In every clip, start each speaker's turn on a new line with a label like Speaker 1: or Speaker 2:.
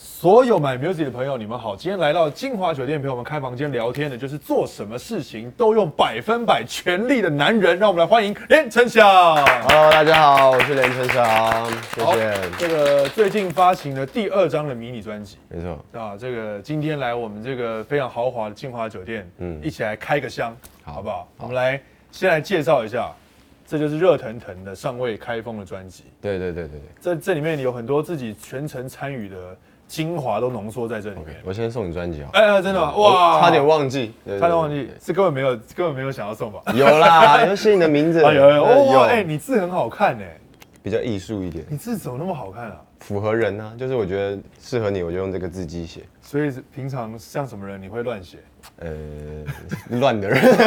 Speaker 1: 所有买 music 的朋友，你们好！今天来到金华酒店陪我们开房间聊天的，就是做什么事情都用百分百全力的男人。让我们来欢迎连晨晓。
Speaker 2: Hello，大家好，我是连春祥，谢
Speaker 1: 好
Speaker 2: 谢。
Speaker 1: 这个最近发行的第二张的迷你专辑
Speaker 2: 没错，
Speaker 1: 啊，这个今天来我们这个非常豪华的金华酒店，嗯，一起来开个箱，好
Speaker 2: 好
Speaker 1: 不好？我们来先来介绍一下，这就是热腾腾的尚未开封的专辑。
Speaker 2: 对对对对对。
Speaker 1: 这这里面有很多自己全程参与的精华都浓缩在这里面。
Speaker 2: 我先送你专辑啊。
Speaker 1: 哎、哎真的吗？
Speaker 2: 哇，
Speaker 1: 哇，
Speaker 2: 差点，忘记，对对对
Speaker 1: 差点忘记，是根本没有，根本没有想要送吧？
Speaker 2: 对有啦，有写你的名字。
Speaker 1: 啊，有有
Speaker 2: 对
Speaker 1: 有，哇，哎、你字很好看哎、
Speaker 2: 比较艺术一点，
Speaker 1: 你字怎么那么好看啊？
Speaker 2: 符合人啊，就是我觉得适合你，我就用这个字迹写。
Speaker 1: 所以是平常像什么人你会乱写？
Speaker 2: 呃，乱的人。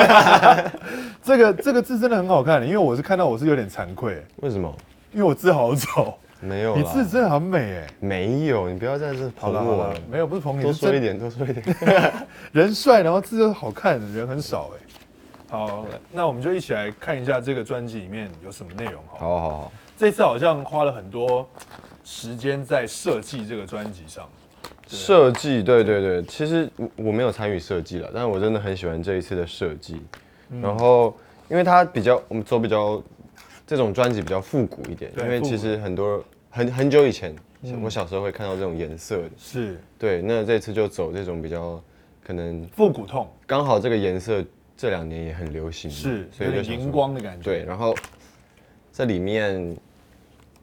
Speaker 1: 这个这个字真的很好看、因为我是看到我是有点惭愧、
Speaker 2: 为什么？
Speaker 1: 因为我字好丑，
Speaker 2: 没有啦
Speaker 1: 你字真的很美哎、
Speaker 2: 没有，你不要在这捧
Speaker 1: 好了好
Speaker 2: 我
Speaker 1: 了
Speaker 2: 了，。
Speaker 1: 没有不是捧你，
Speaker 2: 多
Speaker 1: 是
Speaker 2: 说
Speaker 1: 真
Speaker 2: 一点，多说一点。
Speaker 1: 人帅，然后字又好看，人很少哎、好，那我们就一起来看一下这个专辑里面有什么内容好了。
Speaker 2: 好好好，
Speaker 1: 这次好像花了很多时间在设计这个专辑上。
Speaker 2: 设计，对对对，其实我我没有参与设计了，但是我真的很喜欢这一次的设计。
Speaker 1: 嗯
Speaker 2: 然后，因为它比较，我们走比较这种专辑比较复古一点，
Speaker 1: 对
Speaker 2: 因为
Speaker 1: 复古嗯
Speaker 2: 其实很多很很久以前，像我小时候会看到这种颜色的。
Speaker 1: 是
Speaker 2: 对，那这次就走这种比较，可能
Speaker 1: 复古痛，
Speaker 2: 刚好这个颜色这两年也很流行嘛，
Speaker 1: 是
Speaker 2: 所
Speaker 1: 有
Speaker 2: 以就
Speaker 1: 点
Speaker 2: 想
Speaker 1: 荧
Speaker 2: 说
Speaker 1: 光的感觉。
Speaker 2: 对，，然后这里面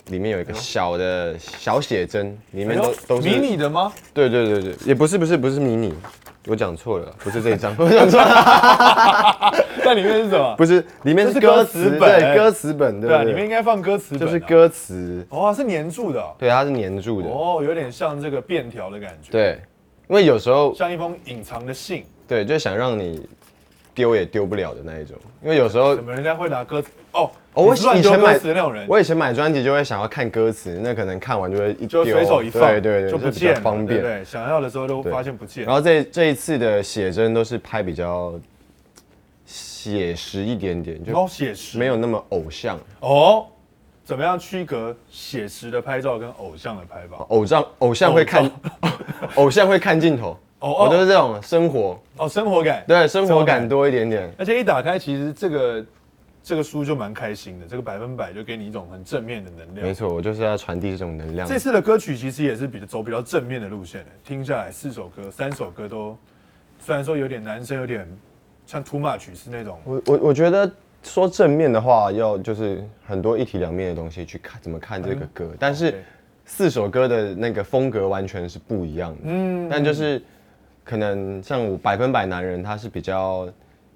Speaker 2: 里面有
Speaker 1: 哎
Speaker 2: 一个小的小写真，里面都都是
Speaker 1: 迷你的吗？
Speaker 2: 对对对对，也不是不是不是迷你，我讲错了，不是这 一张，我讲错了，
Speaker 1: 那里面是什么？
Speaker 2: 不是里面
Speaker 1: 这是
Speaker 2: 是
Speaker 1: 歌
Speaker 2: 歌
Speaker 1: 词
Speaker 2: 词
Speaker 1: 本
Speaker 2: 对歌词本对
Speaker 1: 对啊，
Speaker 2: 不
Speaker 1: 里面
Speaker 2: 对？
Speaker 1: 应该放歌词本
Speaker 2: 就
Speaker 1: 啊。
Speaker 2: 是歌词，
Speaker 1: 哦，是粘住的哦。
Speaker 2: 对，它是粘住的，
Speaker 1: 哦，有点像这个便条的感觉，
Speaker 2: 对，因为有时候
Speaker 1: 像一封隐藏的信。
Speaker 2: 对就想让你丢也丢不了的那一种，因为有时候
Speaker 1: 怎么人家会拿歌词？哦，
Speaker 2: 哦，我
Speaker 1: 你是乱
Speaker 2: 以
Speaker 1: 丢
Speaker 2: 前
Speaker 1: 歌
Speaker 2: 买
Speaker 1: 词的那种人，
Speaker 2: 我以前买专辑就会想要看歌词，那可能看完就会一
Speaker 1: 就
Speaker 2: 丢
Speaker 1: 随手一放，
Speaker 2: 对对对，
Speaker 1: 就不
Speaker 2: 比较
Speaker 1: 见了，
Speaker 2: 方
Speaker 1: 对
Speaker 2: 便
Speaker 1: 不。对？想要的时候都
Speaker 2: 对
Speaker 1: 发现不见
Speaker 2: 然。后这这一次的写真都是拍比较写实一点点，就
Speaker 1: 哦，写实
Speaker 2: 没有那么偶像，
Speaker 1: 哦，怎么样区隔写实的拍照跟偶像的拍照？
Speaker 2: 偶像偶像会看， 偶像会看镜头。
Speaker 1: 哦
Speaker 2: 我都是这种生活，
Speaker 1: 哦，生活感。
Speaker 2: 对生
Speaker 1: 生活
Speaker 2: 活
Speaker 1: 感
Speaker 2: 感多一点点。
Speaker 1: 而且一打开，其实这个这个书就蛮开心的，这个百分百就给你一种很正面的能
Speaker 2: 没
Speaker 1: 量。
Speaker 2: 错，我就是要传递这种能量
Speaker 1: 这。次的歌曲其实也是比较走比较正面的路线的，听下来四首歌，三首歌都虽然说有点男生有点像 too much 是那种，
Speaker 2: 我我我觉得说正面的话，要就是很多一体两面的东西去看怎么看这个歌，但是。
Speaker 1: 嗯 OK
Speaker 2: 四首歌的那个风格完全是不一样的。嗯，但就是可能像我百分百男人，他是比较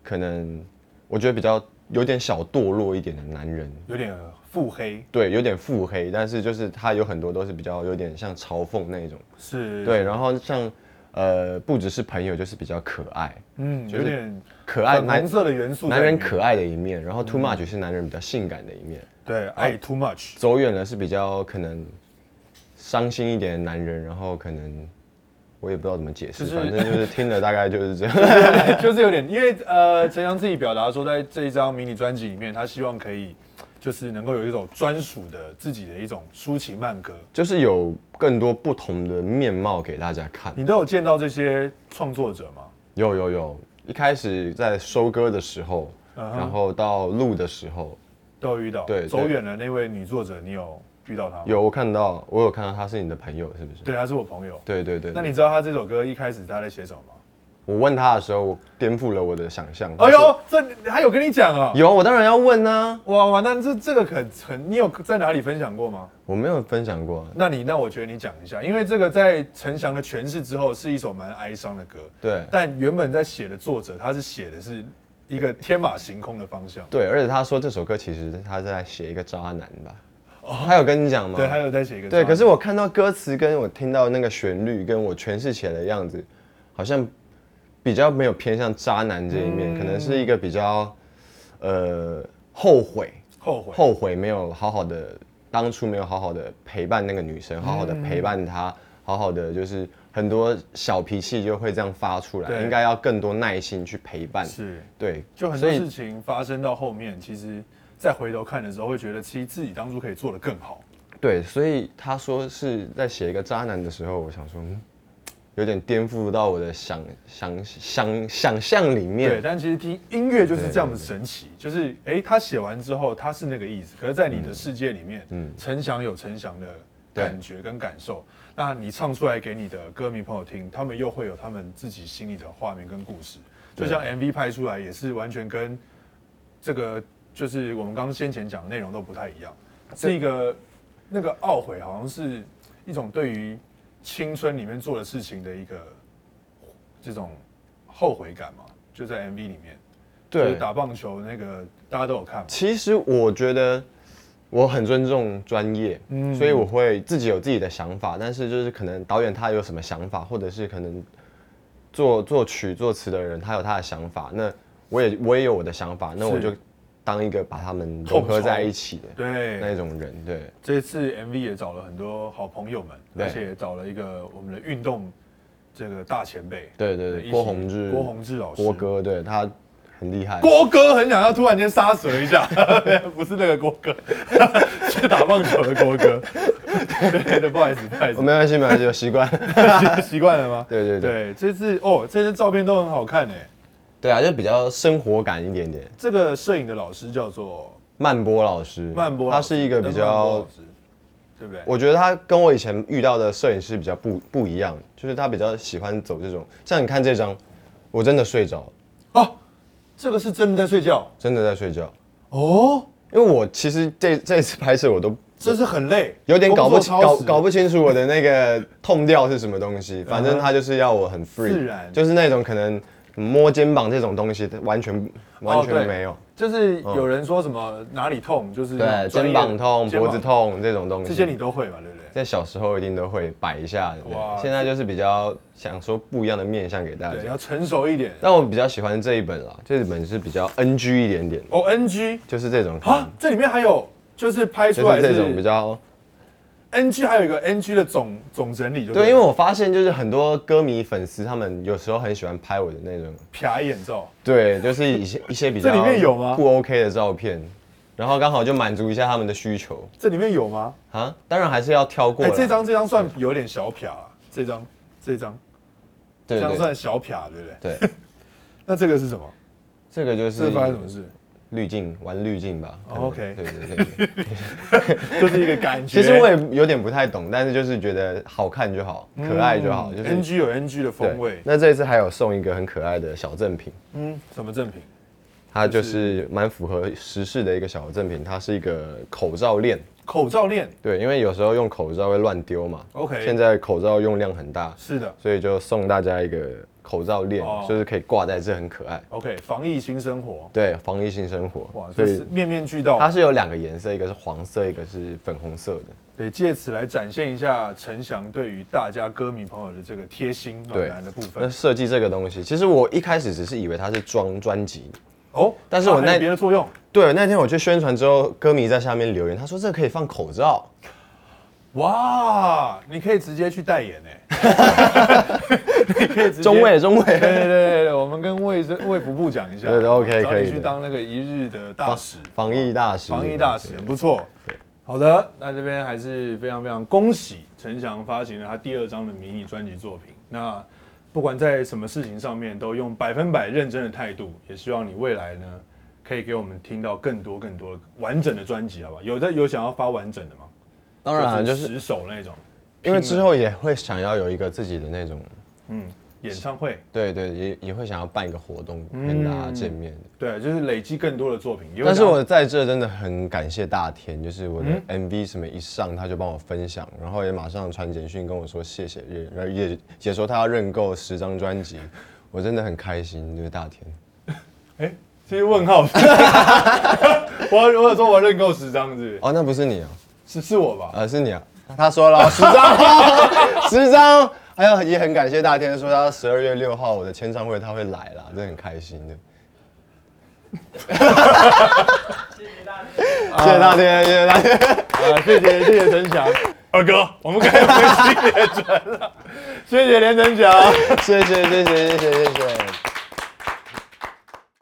Speaker 2: 可能我觉得比较有点小堕落一点的男人，
Speaker 1: 有点腹黑，
Speaker 2: 对，有点腹黑，但是就是他有很多都是比较有点像嘲讽那一种。
Speaker 1: 是，
Speaker 2: 对，然后像呃不只是朋友，就是比较可爱，
Speaker 1: 嗯，
Speaker 2: 就
Speaker 1: 有
Speaker 2: 是
Speaker 1: 点
Speaker 2: 可爱
Speaker 1: 粉红
Speaker 2: 男
Speaker 1: 色的元素在里
Speaker 2: 男
Speaker 1: 面，
Speaker 2: 人可爱的一面，然后
Speaker 1: 嗯
Speaker 2: too much 是男人比较性感的一面。
Speaker 1: 对爱 too much，
Speaker 2: 走远了是比较可能伤心一点的男人，然后可能我也不知道怎么解释，
Speaker 1: 就是
Speaker 2: 反正就是听了大概就是这样。
Speaker 1: 就是有点，因为呃，陈翔自己表达说，在这一张迷你专辑里面，他希望可以就是能够有一种专属的自己的一种抒情慢歌。
Speaker 2: 就是有更多不同的面貌给大家看。
Speaker 1: 你都有见到这些创作者吗？
Speaker 2: 有有有，一开始在收歌的时候，
Speaker 1: 嗯哼
Speaker 2: 然后到录的时候，
Speaker 1: 都有遇到。
Speaker 2: 对对
Speaker 1: 走远了那位女作者，你有遇到她吗？，
Speaker 2: 有我看到，我有看到他是你的朋友，是不是？
Speaker 1: 对，她是我朋友。
Speaker 2: 对对对
Speaker 1: 那
Speaker 2: 对。
Speaker 1: 你知道她这首歌一开始她在写什么吗？
Speaker 2: 我问他的时候，我颠覆了我的想象。
Speaker 1: 哎呦，这她有跟你讲啊、
Speaker 2: 他说，有我当然要问啊，
Speaker 1: 哇哇，那这这个很很，你有在哪里分享过吗？
Speaker 2: 我没有分享过啊。
Speaker 1: 那你那我觉得你讲一下，因为这个在陈翔的诠释之后是一首蛮哀伤的歌。
Speaker 2: 对
Speaker 1: 但原本在写的作者，他是写的是一个天马行空的方向。
Speaker 2: 对，而且他说这首歌其实他是在写一个渣男吧？他有跟你讲吗？
Speaker 1: 哦对，他有在写一个
Speaker 2: 对，
Speaker 1: 这样的。
Speaker 2: 可是我看到歌词，跟我听到那个旋律，跟我诠释起来的样子，好像比较没有偏向渣男这一面，
Speaker 1: 嗯
Speaker 2: 可能是一个比较呃后悔，
Speaker 1: 后悔，
Speaker 2: 后悔没有好好的当初没有好好的陪伴那个女生，好好的陪伴她，好好的就是很多小脾气就会这样发出
Speaker 1: 对
Speaker 2: 来，应该要更多耐心去陪伴。
Speaker 1: 是
Speaker 2: 对，
Speaker 1: 就很
Speaker 2: 所
Speaker 1: 多
Speaker 2: 以
Speaker 1: 事情发生到后面，其实再回头看的时候，会觉得其实自己当初可以做得更好。
Speaker 2: 对，所以他说是在写一个渣男的时候，我想说，嗯有点颠覆到我的想想想想象里
Speaker 1: 对，
Speaker 2: 面。
Speaker 1: 但其实听音乐就是这样的神奇，就是哎、诶他写完之后他是那个意思，可是，在你的世界里面，嗯，陈翔有陈翔的感觉跟感受，那你唱出来给你的歌迷朋友听，他们又会有他们自己心里的画面跟故事，就像 MV 拍出来也是完全跟这个就是我们刚刚先前讲的内容都不太一样，那个那个懊悔好像是一种对于青春里面做的事情的一个这种后悔感嘛，就在 MV 里面。就
Speaker 2: 对
Speaker 1: 是，打棒球那个大家都有看嘛。
Speaker 2: 其实我觉得我很尊重专业，
Speaker 1: 嗯
Speaker 2: 所以我会自己有自己的想法，但是就是可能导演他有什么想法，或者是可能作作曲作词的人他有他的想法，那我也我也有我的想法，那我
Speaker 1: 是
Speaker 2: 就当一个把他们
Speaker 1: 统
Speaker 2: 融合在
Speaker 1: 筹
Speaker 2: 一起的
Speaker 1: 对，
Speaker 2: 那种人，对
Speaker 1: 这次 MV 也找了很多好朋友们，
Speaker 2: 对
Speaker 1: 而且也找了一个我们的运动这个大前辈，
Speaker 2: 对对
Speaker 1: 一
Speaker 2: 对，
Speaker 1: 起
Speaker 2: 郭宏志，
Speaker 1: 郭宏志老师，
Speaker 2: 郭哥，对他很厉害，
Speaker 1: 郭哥很想要突然间杀蛇一下， 不是那个郭哥， 是打棒球的郭哥。 对对，不好意思，不好意
Speaker 2: 哦 没关系没关系，我习惯。
Speaker 1: 思，习惯了吗？
Speaker 2: 对对对
Speaker 1: 对，这次哦，这次照片都很好看诶。
Speaker 2: 对啊，就比较生活感一点点。
Speaker 1: 这个摄影的老师叫做
Speaker 2: 曼波老师，
Speaker 1: 曼波老
Speaker 2: 他
Speaker 1: 师，
Speaker 2: 是一个
Speaker 1: 邓
Speaker 2: 比
Speaker 1: 曼波
Speaker 2: 较
Speaker 1: 老，师，对不对？
Speaker 2: 我觉得他跟我以前遇到的摄影师比较不不一样，就是他比较喜欢走这种，像你看这张，我真的睡着，
Speaker 1: 哦，这个是真的在睡觉
Speaker 2: 真的在睡觉，
Speaker 1: 哦，
Speaker 2: 因为我其实这这次拍摄我都
Speaker 1: 这是很累，
Speaker 2: 有点搞不
Speaker 1: 工
Speaker 2: 清
Speaker 1: 作超
Speaker 2: 搞
Speaker 1: 时嗯
Speaker 2: 搞不清楚我的那个痛调是什么东西，反正他就是要我很 free，
Speaker 1: 自然
Speaker 2: 就是那种可能摸肩膀这种东西完全完全没有，
Speaker 1: 哦对就是有人说什么哪里痛，就是那
Speaker 2: 嗯
Speaker 1: 种专
Speaker 2: 对，肩
Speaker 1: 业
Speaker 2: 膀痛、
Speaker 1: 肩
Speaker 2: 脖子，痛这种东西，
Speaker 1: 这些你都会嘛，对不对？
Speaker 2: 在小时候一定都会摆一下的，对
Speaker 1: 哇
Speaker 2: 现在就是比较想说不一样的面向给大
Speaker 1: 对，
Speaker 2: 家。
Speaker 1: 要成熟一点。
Speaker 2: 但我比较喜欢这一本啦，这一本是比较 NG 一点点，
Speaker 1: 哦，NG
Speaker 2: 就是这种，
Speaker 1: 啊，这里面还有就是拍出
Speaker 2: 就
Speaker 1: 来
Speaker 2: 是这种比
Speaker 1: 是
Speaker 2: 较
Speaker 1: NG，还有一个 NG 的总总整理，就对
Speaker 2: 对，
Speaker 1: 了，
Speaker 2: 因为我发现就是很多歌迷粉丝他们有时候很喜欢拍我的那种，
Speaker 1: 瞟眼照，
Speaker 2: 对，就是一些一些比较
Speaker 1: 这里面有吗
Speaker 2: 不 OK 的照片，然后刚好就满足一下他们的需求
Speaker 1: 这里面有吗？
Speaker 2: 啊，当然还是要挑过
Speaker 1: 哎，
Speaker 2: 啦
Speaker 1: 这张这张算有点小瞟啊，这张这张
Speaker 2: 对
Speaker 1: 这张
Speaker 2: 对
Speaker 1: 算小瞟，对不对？
Speaker 2: 对，
Speaker 1: 那这个是什么？
Speaker 2: 嗯这个就
Speaker 1: 这
Speaker 2: 是
Speaker 1: 是发生什么事？ 哦
Speaker 2: 滤镜玩滤镜吧可能
Speaker 1: OK
Speaker 2: 对对对。
Speaker 1: 就是一个感觉。
Speaker 2: 其实我也有点不太懂，但是就是觉得好看就好，可爱就好，就是
Speaker 1: NG 有 NG 的
Speaker 2: 对
Speaker 1: 风味。
Speaker 2: 那这一次还有送一个很可爱的小赠品，
Speaker 1: 嗯，什么赠品？
Speaker 2: 它就是蛮符合时事的一个小赠品，它是一个口罩链。
Speaker 1: 口罩链。
Speaker 2: 对，因为有时候用口罩会乱丢嘛。
Speaker 1: OK
Speaker 2: 现在口罩用量很大，
Speaker 1: 是的。
Speaker 2: 所以就送大家一个口罩链，
Speaker 1: 哦
Speaker 2: 就是可以挂在这，很可爱。
Speaker 1: OK，防疫新生活。
Speaker 2: 对，防疫性生活。
Speaker 1: 哇，
Speaker 2: 所
Speaker 1: 这
Speaker 2: 以
Speaker 1: 是面面俱到。
Speaker 2: 它是有两个颜色，一个是黄色，一个是粉红色的。
Speaker 1: 对，借此来展现一下陈翔对于大家歌迷朋友的这个贴心暖
Speaker 2: 对
Speaker 1: 男的部
Speaker 2: 那
Speaker 1: 分。
Speaker 2: 设计这个东西，其实我一开始只是以为它是装专辑，
Speaker 1: 哦，
Speaker 2: 但是我
Speaker 1: 它还有
Speaker 2: 那
Speaker 1: 别的作用。
Speaker 2: 对，那天我去宣传之后，歌迷在下面留言，他说这个可以放口罩，
Speaker 1: 哇，你可以直接去代言 哎。你可以直接
Speaker 2: 中卫中
Speaker 1: 对对
Speaker 2: 卫，
Speaker 1: 对对，我们跟卫生卫福部讲一下，
Speaker 2: 对对，OK，
Speaker 1: 找
Speaker 2: 可以
Speaker 1: 你去
Speaker 2: 的
Speaker 1: 当那个一日的大使，
Speaker 2: 防疫大使，
Speaker 1: 防疫大使，很不错。好的，那这边还是非常非常恭喜陈翔发行了他第二张的迷你专辑作品。那不管在什么事情上面，都用百分百认真的态度，也希望你未来呢，可以给我们听到更多更多完整的专辑，好不好？有的有想要发完整的吗？
Speaker 2: 当然啊就是
Speaker 1: 十首那种
Speaker 2: 因为之后也会想要有一个自己的那种，
Speaker 1: 演唱会，
Speaker 2: 对对，也也会想要办一个活动跟大家见面。
Speaker 1: 对，就是累积更多的作品。也嗯有嗯
Speaker 2: 但是
Speaker 1: 想
Speaker 2: 我在这真的很感谢大天，就是我的 MV 什么一上，他就帮我分享，然后也马上传简讯跟我说谢谢，也然后也也说他要认购十张专辑，我真的很开心，就是大天。
Speaker 1: 哎，这些问号， 我我有说我认购十张是不是
Speaker 2: 哦，那不是你啊。
Speaker 1: 是是我吧？
Speaker 2: 呃，是你啊，他说了十张，哦 十张，还有也很感谢大天说他十二月六号我的签唱会他会来啦，真的很开心的。谢谢大天，谢谢大天。
Speaker 1: 啊，谢谢谢谢陈翔，二哥，我们可以 回新连城了，谢谢连城翔。
Speaker 2: 谢谢谢谢谢谢谢谢。